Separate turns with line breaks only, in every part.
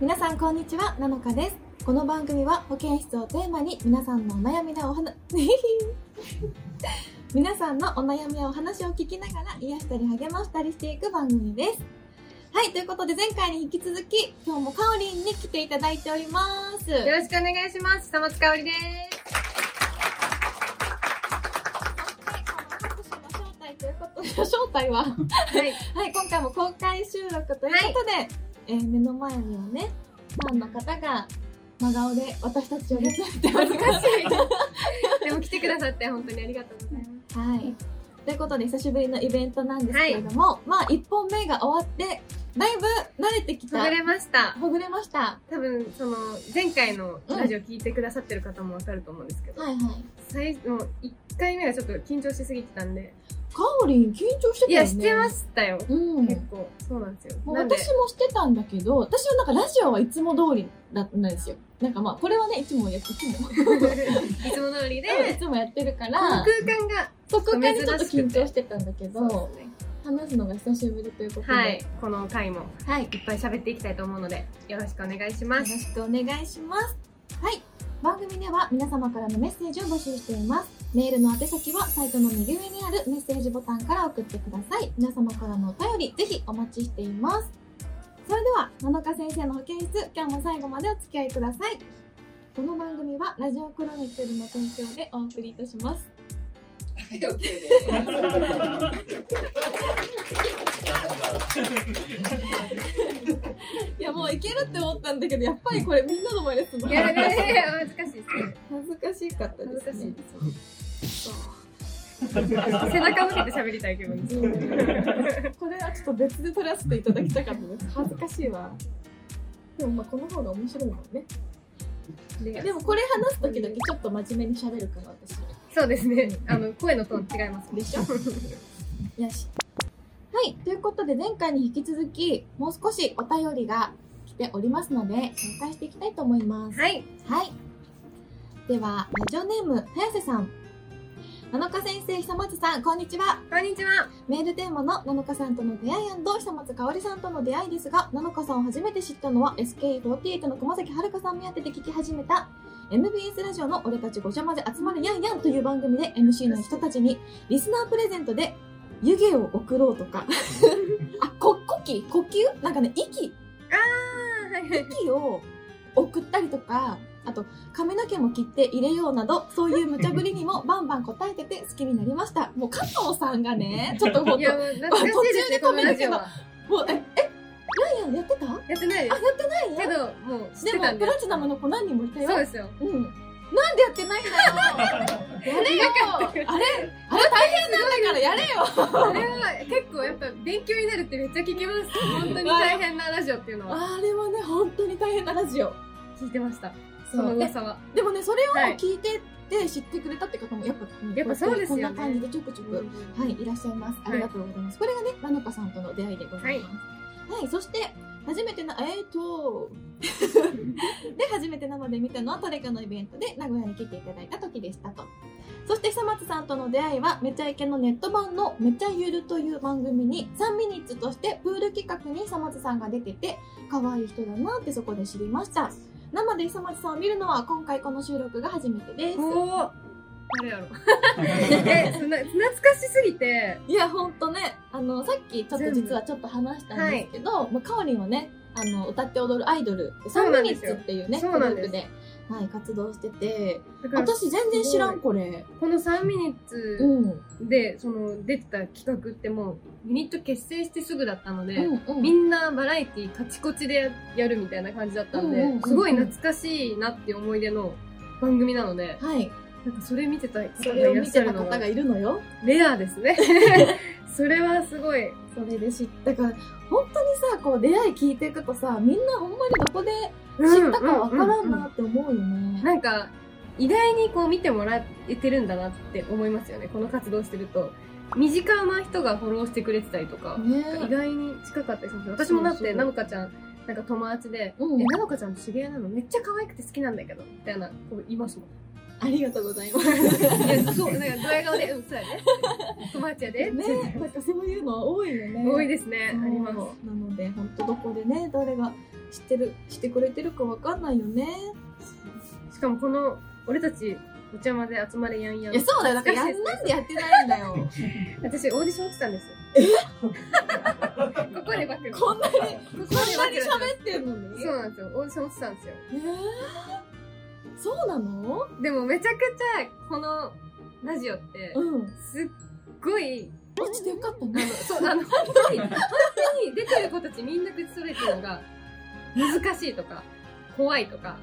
皆さんこんにちは、なのかです。この番組は保健室をテーマに皆さんのお悩みやお話、 皆さんのお悩みやお話を聞きながら癒したり励ましたりしていく番組です。はい、ということで前回に引き続き、今日もかおりんに来ていただいております。
よろしくお願いします。玉津かおりです。
拍手の正体ということで、正体は、
はい。
はい、今回も公開収録ということで、えー目の前にはね、ファンの方が真顔で私たちを見つめております。
難しい。でも来てくださって本当にありがとうございま
はい。ということで、久しぶりのイベントなんですけれども、まあ、1本目が終わって、だいぶ慣れてき
す。
た。
ほぐれました。
ほぐれました。は
多分、その、前回のラジオ聞いてくださってる方もわかると思うんですけ
い
ど、
はい。
最、もう1回目はちょっと緊張しすぎてたんで、
カオリン緊張してたよね。
いや、してま。したよ。
うん。
結構、そうなんですよ。
もう
なんで、
私もしてたんだけど、私はなんかラジオはいつも通りだったんですよ。なんかまあ、これはね、いつもや、いつも、
いつも通りで、
いつもやってるか
この
ら
空、間が、
そこからちょっと
珍し
緊
くて
張してたんだけど
そう、ですね。
話すのが久しぶりということで、
はい。この回も
はい。
いっぱい喋っていきたいと思うので、よろしくお願いし
よ
ま
ろ
す。
しくお願いします。はい。番組では皆様からのメッセージを募集しています。メールの宛先はサイトの右上にあるメッセージボタンから送ってください。皆様からのお便り、ぜひお待ちしています。それでは、七日先生の保健室、今日も最後までお付き合いください。この番組はラジオクロニクルの提供でお送りいたします。 いや、もういけるって思ったんだけど、やっぱりこれみんなの前ですご
い
い
や、
恥
いやいや難しいですね。
ずかしかったですね。
背中向けて喋りたい気分です。
これはちょっと別で撮らせていただきたかったです。恥ずかしいわ。でもまあこの方が面白いもんね。でもこれ話す時々ちょっと真面目に喋るから私。
そうですね。あの、声のトーン違います。
でしょよし。はい。ということで前回に引き続き、もう少しお便りが来ておりますので、紹介していきたいと思います。
はい。
はい。では、ラジオネーム、早瀬さん。七日先生、久松さん、こんにちは。
こんにちは。
メールテーマのなのかさんとの出会い久松かおりさんとの出会いですが、なのかさんを初めて知ったのは SK48 の熊崎遥さん目当てで聞き始めた MBS ラジオの俺たちごちゃ混ぜ集まるやんやんという番組で MC の人たちにリスナープレゼントで湯気を送ろうとか、あ、こ、呼気呼吸なんかね、息、
はいはい。
息を送ったりとか、あと髪の毛も切って入れようなど、そういう無茶ぶりにもバンバン答えてて好きになりました。もう加藤さんがね、ちょっともう
いや、もう懐かしいですね、
途
こ
中で止め
のラ
る
ジ
け
オ
ど
は。
もう、え、え、ライアンやってたあ、や
やってないです。
ってない
け
よ。
ど、もう知っ
で
てたん
も、
で。
プラチナムの子何人もいたよ。
そうですよ。
うん。なんでやってないんだよ。やれよ。あれ、あれ大変なんだからやれよ。
あれは結構やっぱ勉強になるってめっちゃ聞きます。本当に大変なラジオっていうのは
あれはね、本当に大変なラジオ。
聞いてました。その
そう。で
噂は。
でもね、それを
はい
聞いてて知ってくれたって方も、やっぱ、
やっぱそうですよね
こんな感じでちょくちょく。はい、いらっしゃいます。ありがとうございます。これがね、ラノカさんとの出会いでございます。はい、そして、初めての、えー と、で、初めて生で見たのはトレカのイベントで名古屋に来ていただいた時でしたと。そして、久松さんとの出会いは、めちゃイケのネット版のめちゃゆるという番組に、3ミニッツとしてプール企画に久松さんが出てて、可愛い人だなってそこで知りました。生で久松さんを見るのは、今回この収録が初めてです。
おー。誰やろ え、そんな懐かしすぎて、
いや、ほんとね、あの、さっきちょっと実はちょっと話したんですけど、もうかおりんはね、あの、歌って踊るアイドル、サ
そ
ン
う
ミ
なんで
ニッ
す
ツ
よ
っていうね、
そうなん
グ
で
ルー
す
プで、はい、活動してて、
だから
私全然知らん、これ。
この3ミニッツ
うん。うん
で、その出てた企画ってもうユニット結成してすぐだったので、
うん。
みんなバラエティカチコチでややるみたいな感じだったん
う
で、
んうんうん
すごい懐かしいなって思い出の番組なので、
はい。
なんかそれ見てた
そ
方
れ
が
を
いらっ
見
してゃ
た
るの
方
は
がいるのよ。
レアです ね。それはすごい。
それで知ったから、本当にさ、こう出会い聞いていくとさ、みんなほんまにどこで知ったかわからん
うう
なって思うよ
う
ね
ん。なんか、意外にこう見てもらえてるんだなって思いますよね。この活動してると。身近な人がフォローしてくれてたりとか。意
ね
外に近かったりするんですよ私もだっ
そうそ
て
う
なのかちゃんなんか友達で「
うん
えなのかちゃんと知り合いなのめっちゃ可愛くて好きなんだけど」みたいな子いますもん
ありがとうご ざいます。
いやそうなんかドヤ顔 で「うんそうやね友達や で」
ねなんかそういうの多いよね。
多いですねあります
なので本当どこでね誰が知ってる、してくれてるかわかんないよね。
しかもこの、俺たち、お茶まで集まれやんやん。
いや、そうだよ。だからやんなんでやってないんだよ。
私、オーディション落ちたんです。
こんなに、こ
こ こで暴露。
ん
こ
な
で
に
暴露。
喋ってんのに。
そうなんですよ。オーディション落ちたんですよ。
えーそうなの
でもめちゃくちゃ、このラジオって、
うん。
すっごい、
落ちてよかった
あ
ね。
の、そう、あの、本当に、本当に出てる子たちみんな口揃えてるのが、難しいとか、怖いとか、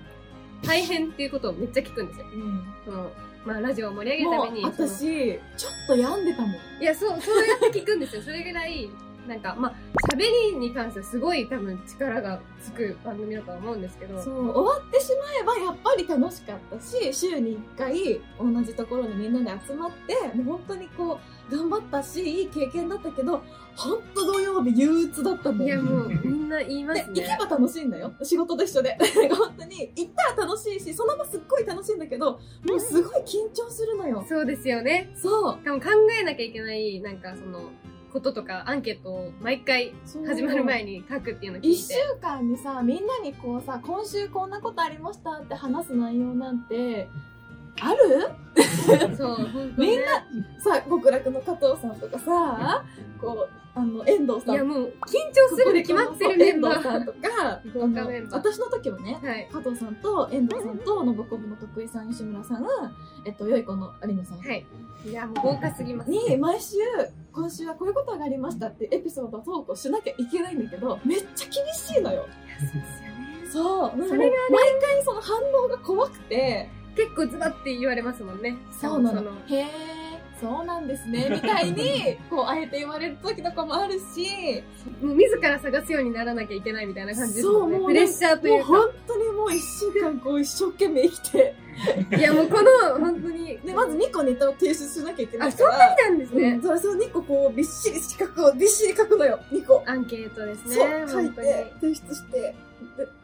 大変っていうことをめっちゃ聞くんですよ。
うん。
その、まあ、ラジオを盛り上げる
も
ために。
う、
その
私、ちょっと病んでたもん。
いや、そう、そうやって聞くんですよ。それぐらい、なんか、まあ、喋りに関してはすごい多分力がつく番組だとは思うんですけど、
そう、終わってしまえばやっぱり楽しかったし、週に1回同じところにみんなで集まって、もう本当にこう、頑張ったし、いい経験だったけど、本当土曜日憂鬱だったもん。
いや、もう、みんな言います
で行
ね。
けば楽しいんだよ。仕事と一緒で。 本当に。行ったら楽しいし、その場すっごい楽しいんだけど、もうすごい緊張するのよ。
そうですよね。
そう。
多分考えなきゃいけない、なんか、その、こととか、アンケートを毎回、
そう
始まる前に書くっていうのを聞い
一週
て。
間にさ、みんなにこうさ、今週こんなことありましたって話す内容なんて、ある
そう、本当
み
ね
んな、さ、極楽の加藤さんとかさ、こう、あの、遠藤さんとか
いや、もう、緊張するに決まってるメンバ
遠藤さん
ー。
とか、
豪華メンバー
私の時はね、
はい。
加藤さんと遠藤さんと、信子部の徳井さん、吉村さん、えっと、良い子の有野さん
はい。いや、もう豪華すぎます。
に、毎週、今週はこういうことがありましたってエピソードを投稿しなきゃいけないんだけど、めっちゃ厳しいのよ。そう。
それがね
毎回その反応が怖くて、
結構ズバって言われますもんね。
そうな
多
の
分。
へえ、そうなんですね、みたいに、こう、あえて言われる時とかもあるし、
もう自ら探すようにならなきゃいけないみたいな感じですもん
そう
ね。
もう
プレッシャーとい
もう
うか。
本当にもう一週間こう一生懸命生きて、
いやもうこの、本当に。
で、まず2個ネタを提出しなきゃいけない
あ、
か
そん
ら。
なになんです
う
ね
ん、。それその2個こう、びっしり四角をびっしり書くのよ、2個。
アンケートですね。
そう、書い
本当に。
て、提出して、で、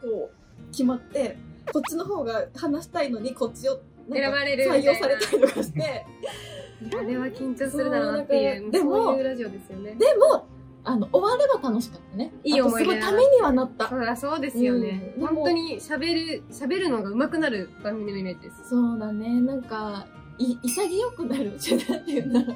こう、決まって、こっちの方が話したいのに、こっちを、なんか
選ばれるみた
採
いな
用されたりとか して、
あれは緊張するだろうなって
そうなん
いう、
かでも
そういうラジオですよね。
でも、あの、終われば楽しかったね。
いい思い出
あとすごいためにはなった
そ。りゃそうですよね。
うん
本当に喋る、喋るのが上手くなる番組のイメージです。
そうだね、なんか、い、潔くなる。じゃなんてい うんだろ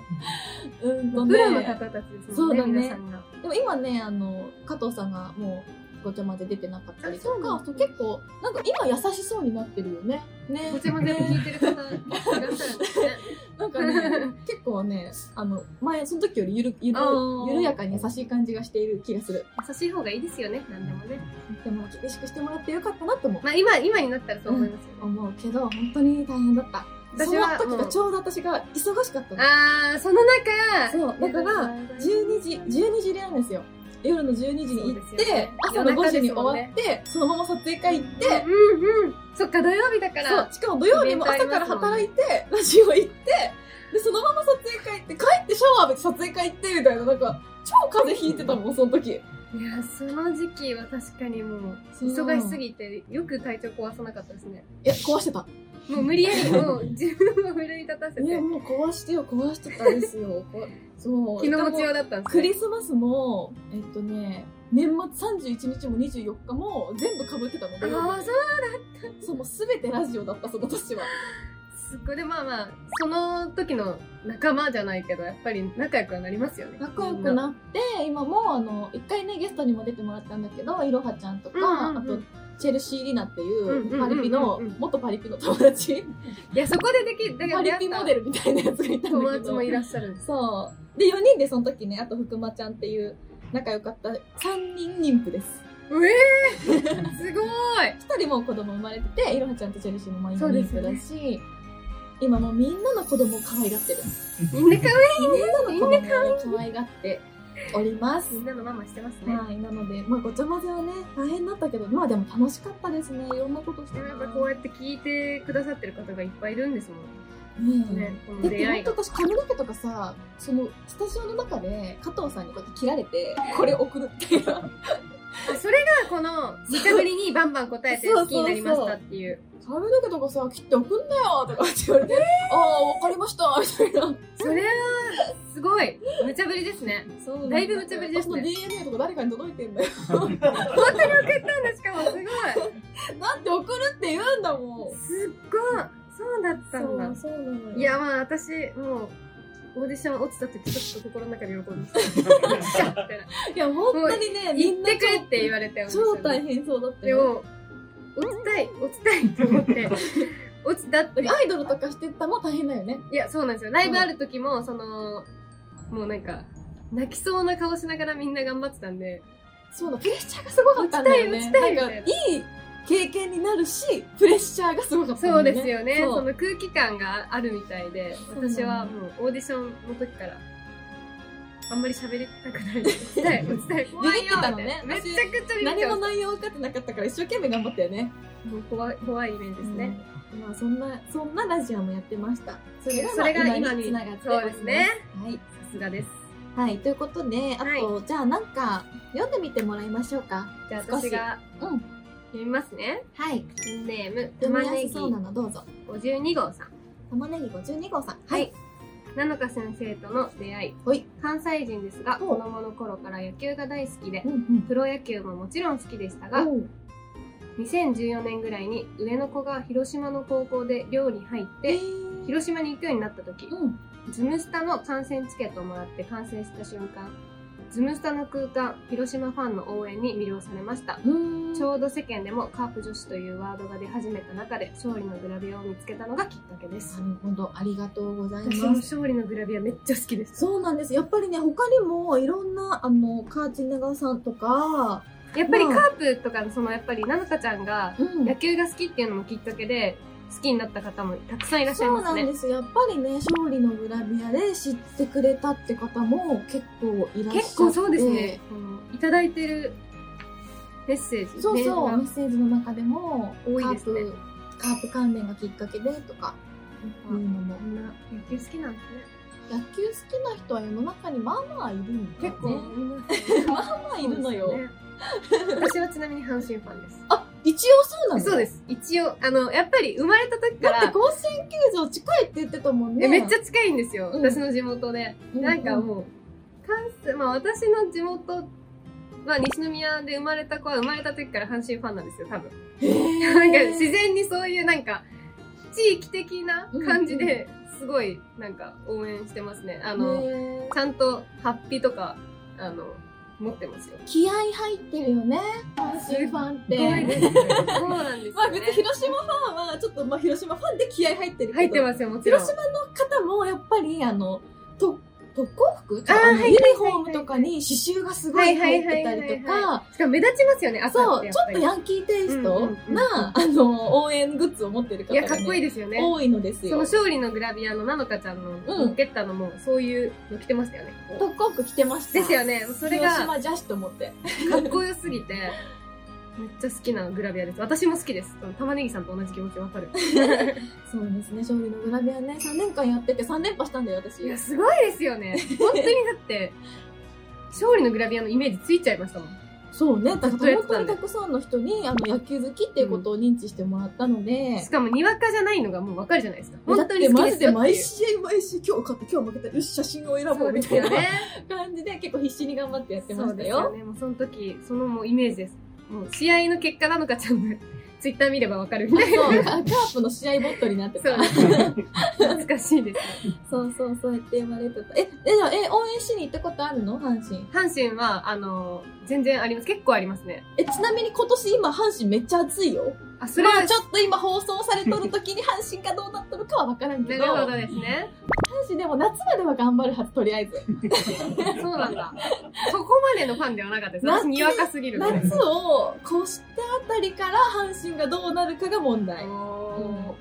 う。うんとね。
プロの方たちですもん
そ
ね、
うだね
皆さんが。
でも今ね、あの、加藤さんがもう、ごちゃまで出てなかったりと
あそうな
か、
ん
そう結構、なんか今優しそうになってるよね。ね。
ごちゃ混ぜで聞いてる方いらっしゃるんですね。
なんかね、結構ね、あの、前、その時よりゆる、ゆる
あー、
緩やかに優しい感じがしている気がする。
優しい方がいいですよね、なんでもね。
でも、厳しくしてもらってよかったなとも
まあ今、今になったらそう思いますよね。
思うけど、本当に大変だった。そ
私
の
は
時
も
が
う
ちょうど私が忙しかったの。
あー、その中、
そう、だから、12時、12時入りなんですよ。夜の12時に行っ
そうですよ
て
ね、
朝の5時に
夜中ですもん
終わ
ね
って、そのまま撮影会行って、
うんうん。そっか、土曜日だか
そう
ら、、
しかも土曜日も朝から働いて、ラジオ行って、で、そのまま撮影会行って、帰ってシャワー浴びて撮影会行って、みたいな、なんか、超風邪ひいてたもん、その時。
いや、その時期は確かにもう、忙しすぎて、よく体調壊さなかったですね。
いや、壊してた。
もう無理やり、もう自分を奮い立たせ
いや、
て、
もう壊してよ、壊してたです よ。こそう。
気の持ちよ
でも
うだったんです
ク
ね
リスマスも、えっとね、年末31日も24日も全部被ってたの。
あ
土曜日
あ、そう。
そう、もうすべてラジオだった、その年は。
すっごい。で、まあまあ、その時の仲間じゃないけど、やっぱり仲良くはなりますよね。
仲良くなって、今も、あの、一回ね、ゲストにも出てもらったんだけど、いろはちゃんとか、
うんうんうん
あと、チェルシー・リナってい
うんうんうんう
う、
ん
パリピの、元パリピの 友達、
いや、そこででき、だ
パリピモデ
ル
ルみたいなやつがいたん
友
だけ
達
ど
も、いらっしゃるんです。
そう。で、4人でその時ね、あと、福間ちゃんっていう、仲良かった3人妊婦です。
うえー、すご い
1人もう子供生まれてて、いろはちゃんとチェルシーも毎日
そう
妊
です
婦
よね
だし、今もうみんなの子供を可愛がってる。
みんな可愛い
みんなの子供をね可愛がっております
み。んなのママしてますね。
はい、なので、まあ、ごちゃ混ぜはね、大変だったけど、まあでも楽しかったですね。いろんなことして
でもやっぱこうやって聞いてくださってる方がいっぱいいるんですもん
うん
ね。こ
だ
の
って
出会いが
本。当私髪の毛とかさ、 そのスタジオの中で加藤さんにこうやって切られて、これ送るっていう。
それがこの、リカぶりにバンバン答えて
そう
好きになりましたっていう。
髪の毛とかさ、切って送んなよとかって言われて、ああ、わかりました、みたいな。
それは、すごい。無茶ぶりですね。
そう
だいぶ無茶ぶりですね
私の DNA とか誰かに届いてんだ よ。
本当に送ったんだ、しかもすごい。
なんて送るって言うんだもん。
すっごい。そうだったんだ。
そうなのよ
い、や、まあ私、もう、オーディション落ちた時、ちょっと心の中で喜んでた。よっしゃみ たいない
や、本当にね、み
行
ん
っ
な
てくれって言われたよ。
超大変そうだった
で
よ。
も、落ちたい、落ちたいと 思って、落ちたって。
アイドルとかしてたも大変だよね。
いや、そうなんですよ。ライブある時も、その、もうなんか、泣きそうな顔しながらみんな頑張ってたんで、
そうだ、プレッシャーがすごかったんだよね。
打ちたい打ちたい
なんか、いい経験になるし、プレッシャーがすごかったんだ
そう
よね。
ですよね。
そう
その空気感があるみたいで、
そうなんだ
私はもうオーディションの時から、あんまり喋りたくない。落ちたい、落ちたい。怖い
ビビっ
よ
てたのね
みたいなめちゃくちゃビビっ
何
て
も
まし
内容分かってなかったから一生懸命頑張ったよね。
た。もう怖い、怖いイメージですね。
うん。まあそんな、そんなラジオもやってました。それが
それが
まあ
今
今
に
につながって
そうですね
おります。
さすがです。
はい。はい。ということで、あと、じゃあなんか、読んでみてもらいましょうか。
じゃあ
少し
私が、
う
読
ん
みますね。
はい。
ネーム、
読
玉
みや
ね
す
ぎ
そうなのどうぞ。
52号さん。
玉ねぎ52号さん。
はい。。なのか先生との出会い。
ほい。
関西人ですが、
ほ
子
う
供の頃から野球が大好きで
う、んうん。
プロ野球ももちろん好きでしたが、
おう
2014年ぐらいに上の子が広島の高校で寮に入っ
え
て、
ー
広島に行くようになった時、
うん。
ズムスタの観戦チケットをもらって観戦した瞬間、ズムスタの空間、広島ファンの応援に魅了されました。
うーん。
ちょうど世間でもカープ女子というワードが出始めた中で、勝利のグラビアを見つけたのがきっかけです
な。るほど。ありがとうござい
私
ま
も
す。
勝利のグラビアめっちゃ好きです。
そうなんです。やっぱりね、他にもいろんな、あの、カーチネガさんとか、
やっぱり
ま
カ
あ
ープとかのそのやっぱりなのかちゃんが
うん
野球が好きっていうのもきっかけで好きになった方もたくさんいらっしゃい
そう
ます
なん
ね
で。す。やっぱりね、勝利のグラビアで知ってくれたって方も結構いらっしゃって。
結構そうですね。。あのいただいてるメッセージ。
そうそ
メ
う、メ
ール
ッセージの中でも、
多いですね
カープ、カープ関連がきっかけでとか、いうの
が
も
こ。んな野球好きなんです
野
ね。
球好きな人は世の中にまあまあいるんだよね。
まあ
まあいるのよ。。
私はちなみに阪神ファンです。
あ、一応そうなの
そうです。一応、あの、やっぱり生まれた時か
だって
ら、
甲子園球場近いって言ってたもんね。
えめっちゃ近いんですよ。
うん
私の地元で。
うう
なんかもう、関西、まあ私の地元、まあ西宮で生まれた子は生まれた時から阪神ファンなんですよ、多分。
へー
なんか自然にそういうなんか、地域的な感じで、すごいなんか応援してますね。あの、
ね
ちゃんとハッピーとか、あの、持ってますよ。
気合入ってるよね阪神ファンっ
そうな
て。
んですよ、
まあ別に
ね。
広島ファンはちょっとまあ広島ファンで気合入ってるけど
入ってますよ、もちろん。
広島の方もやっぱりあのと特攻服と
あー
かあの
は
ユ
い
ニフォームとかに刺繍がすごい入ってたりと
はいはいはい
か
しかも目立ちますよね、朝っ
そ
て
う
や
ちょ
ぱ
っ
り
とヤンキーテイス
うんう
ト
んうん
なあの応援グッズを持ってる方が
いや、
ね
かっこいいですよね。
多いのです
その
よ
勝利のグラビアのなのかちゃんの
うん
乗っけたのも、そういうの着てましたよね。
特攻服着てました
ですよね。それが
広
か
島女子と思って
っこよすぎて、めっちゃ好きなグラビアです。私も好きです。その玉ねぎさんと同じ気持ちわ かる。
そうですね勝利のグラビアね3年間やってて3連覇したんだよ私
いや、すごいですよね。本当にだって、勝利のグラビアのイメージついちゃいましたもん。
そうね、だか
ずっとや
ら
っ
本
て
当
たん
に
で
たくさんの人にあの野球好きっていうことを認知してもらったので
し、かも、にわかじゃないのがもうわかるじゃないですか。
だ
本
っ
当
て
に好き
マ
で
ジで
すよっていう。
毎試合毎試合今日勝って今日負けたよし写真を選ぼ
そううで
み
す
たい
よ
な
ね。
感じで結構必死に頑張ってやってま
そう
した
です
よ。
よね。もうその時、そのもうイメージです。もう試合の結果なのかち ゃんのツイッター見ればわかるみたいな。
そう、カープの試合ボットになって
そ
た
う。 懐かしいです。
そうそう、そうやって言われてた。え、え、じゃあえ、応援しに行ったことあるの阪神。
阪神は、あの、全然あります。結構ありますね。
え、ちなみに今年今阪神めっちゃ熱いよ。
あ、そ
それ
れは、
はちょっと今放送されとる時に阪神がどうなったのかは分からんけど、
なるほ
阪
どですね。
神でも夏までは頑張るはず、とりあえず。
そうなんだ。そこまでのファンではなかったです。
夏
私にわかすぎるので。
夏を越してあたりから阪神がどうなるかが問題。
おー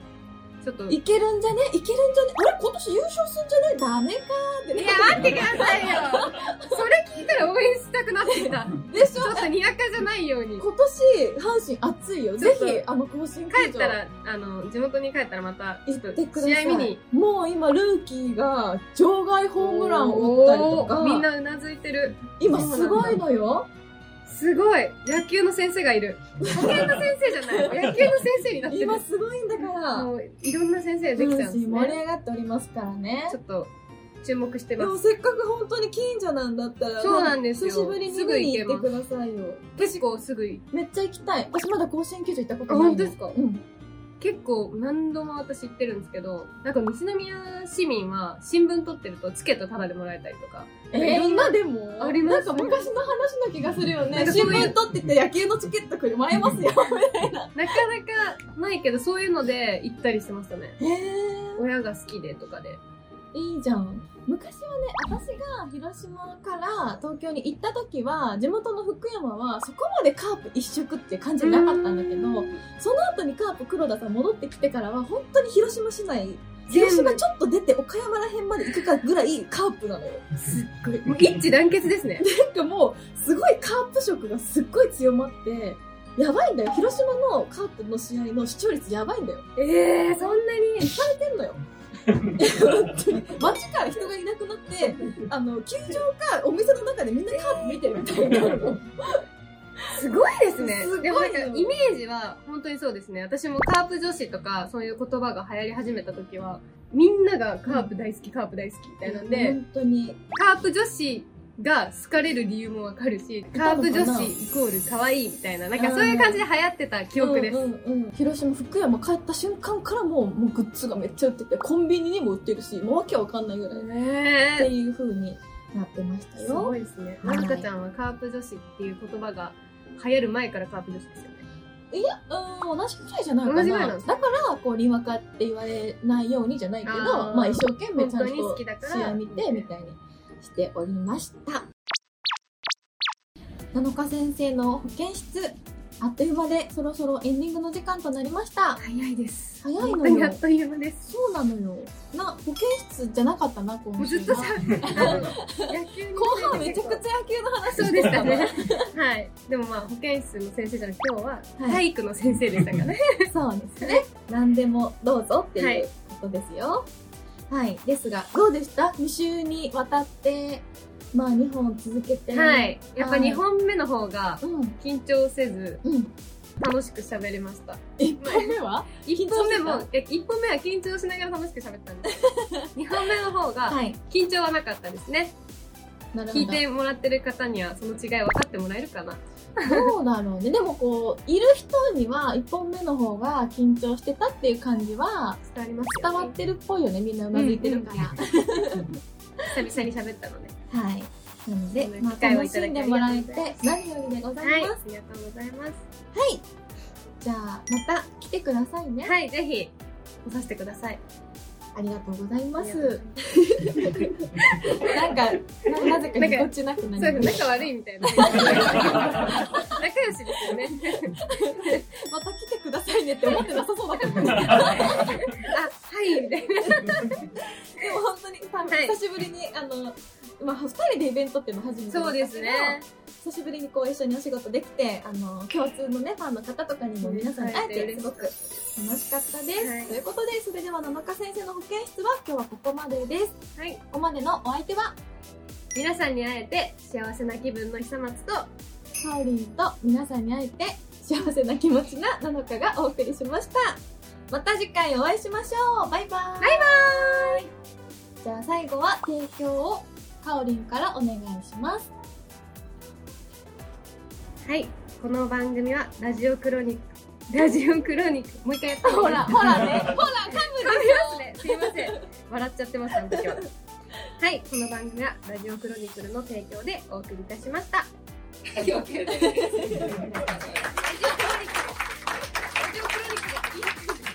ちょっと。い
いけるんじゃねいけるんじゃねあれ今年優勝すんじゃねダメかーって。
や、待ってくださいよ。それ聞いたら応援したくなってきた。
でし
ちょ
ょ
っとにわかじゃないように。
今年、阪神熱いよ。
ちょ
ぜ
っと
ひ、あの、甲子園球場
帰ったら、あの、地元に帰ったらまた、ち
行
ょ
っ
って
く
と
ださい。
試合見に。
もう今、ルーキーが場外ホームランを打ったりと
お
か、
ーみんなうなずいてる。
今すごいのよ。
すごい野球の先生がいる。保健の先生じゃない。野球の先生になって る。
今すごいんだから。
もういろんな先生 できちゃうんです
盛り
ね。
上がっておりますからね
ちょ。っと注目して
で
ま
も
す。
せっかく本当に近所なんだったら、
そうなんですよ
久しぶりに
すぐ
見
行
に
け
行
ま
っ
す
てくださいよ。
結構すぐ
めっちゃ行きたい。私まだ甲子園球場行ったことないの。
あ本当ですか
うん。
結構何度も私行ってるんですけど、なんか西宮市民は新聞取ってるとチケットタダでもらえたりとか。
え
いろ
ー、
んな
今でも
あります
なんか昔の話の気がするよ
なん
ね。
か
新
そういう
聞取ってて野球のチケットくれもらえ ますよ、みたいな。
なかなかないけど、そういうので行ったりしてましたね。
え
親が好きでとかで。
ー、いいじゃん。昔はね、私が広島から東京に行った時は、地元の福山はそこまでカープ一色って感じなかったんだけど、その後にカープ黒田さん戻ってきてからは、本当に広島市内、
全部
広島ちょっと出て岡山ら辺まで行くかぐらいカープなのよ。
すっごい。もう一致団結ですね。
なんかもう、すごいカープ色がすっごい強まって、やばいんだよ。広島のカープの試合の視聴率やばいんだよ。
ええー、そんなに。
行ってんのよ。本当に街から人がいなくなって、あの、球場かお店の中でみんなカープ見てるみたいな。
すごいですね。
すごいよ
でもなんかイメージは本当にそうですね。私もカープ女子とかそういう言葉が流行り始めた時は、みんながカープ大好き、カープ大好きみたいなんで、
本当に。
カープ女子が好かれる理由もわかるし、カープ女子イコール可愛いみたいな、なんかそういう感じで流行ってた記憶です。
うんうんうん広島、福山帰った瞬間からもう、もうグッズがめっちゃ売ってて、コンビニにも売ってるし、もうわけわかんないぐらい。っ
ね
ていう風になってました
す
よ
ご。いですね。
は
ないずかちゃんはカープ女子っていう言葉が流行る前からカープ女子ですよね。
うん、同じくらいじゃないかな。
同じぐらいなんです
だから、こう、にわかって言われないようにじゃないけど、
あー
まあ一生懸命ちゃん
本当に好
と
きだから
試合見て、みたいにしておりました。七日先生の保健室、あっという間でそろそろエンディングの時間となりました。
早いです。
早いのよ
本当にあっという間です。
そうなのよ。な、保健室じゃなかったな、
も
今
うず
週
っと
は
しゃ。べってた。野球に
後半めちゃくちゃ野球の話
そうでしたね。 はい。でもまあ、保健室の先生じゃなくて、今日は体育の先生でしたからね。
そうですね。何でもどうぞって
は
いう
い
ことですよ。はい。ですが、どうでした ?2 週にわたって、まあ2本続けて。
はい。やっぱ
はい
2本目の方が、
うん。
緊張せず、
うん。
楽しく喋れました。
1本目は
1本
緊
目
張
も
し、
え一本目は緊張しながら楽しく喋ったん ですけど、2本目の方が、
い。
緊張はなかったですね。
なるほ
聞い
ど。
てもらってる方には、その違い分かってもらえるかな。
どうだろうね。でもこう、いる人には1本目の方が緊張してたっていう感じは、
伝わります
伝
よ
わ
ね
っ。てるっぽいよね。みんなうなずいてるから。
久々に喋ったので。
はい。なので
そん、な
ま
機
あ
会を
楽
いた
し
だ
ん
きあ
で
り
も
がとうござい
ら
ます
えて何よりでございます。
ありがとうございます。
はい。じゃあ、また来てくださいね。
はい、ぜひ、おさせてください。
ありがとうございま
ありがとうござ
す
い。
なんか、ななぜかぎこちなくな
そう
りまし
仲悪いみた いな。仲良しですよね。
た。また来てくださいねって思ってなさそうだけど、でも
あ、はい、みたいな。
本当にさ、
はい
久しぶりに、あの、まあ、二人でイベントっていうのは初めてだった
そう
けど
ですね。
久しぶりにこう一緒にお仕事できて、あの、共通のね、ファンの方とかにも皆さんに会えて、すごく楽しかったです。
はい
ということで、それでは、野中先生の保健室は今日はここまでです。
はい。
ここまでのお相手は、
皆さんに会えて、幸せな気分の久松と、
サオリンと皆さんに会えて幸せな気持ちななのかがお送りしました。また次回お会いしましょう。バイバイ。
バイバーイ
じゃあ最後は提供をカオリンからお願いします。
はい。この番組は、ラジオクロニック。ラジオクロニック。もう一回やって
ほら、ほらね。ほら、
噛みますね。すいません。笑っちゃってます、あの時は。はい。この番組は、ラジオクロニクルの提供でお送りいたしました。ラジオクロニクル。ラジオクロニクル。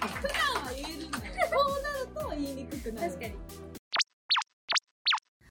カムこうなると言いにくくなる。
確かに。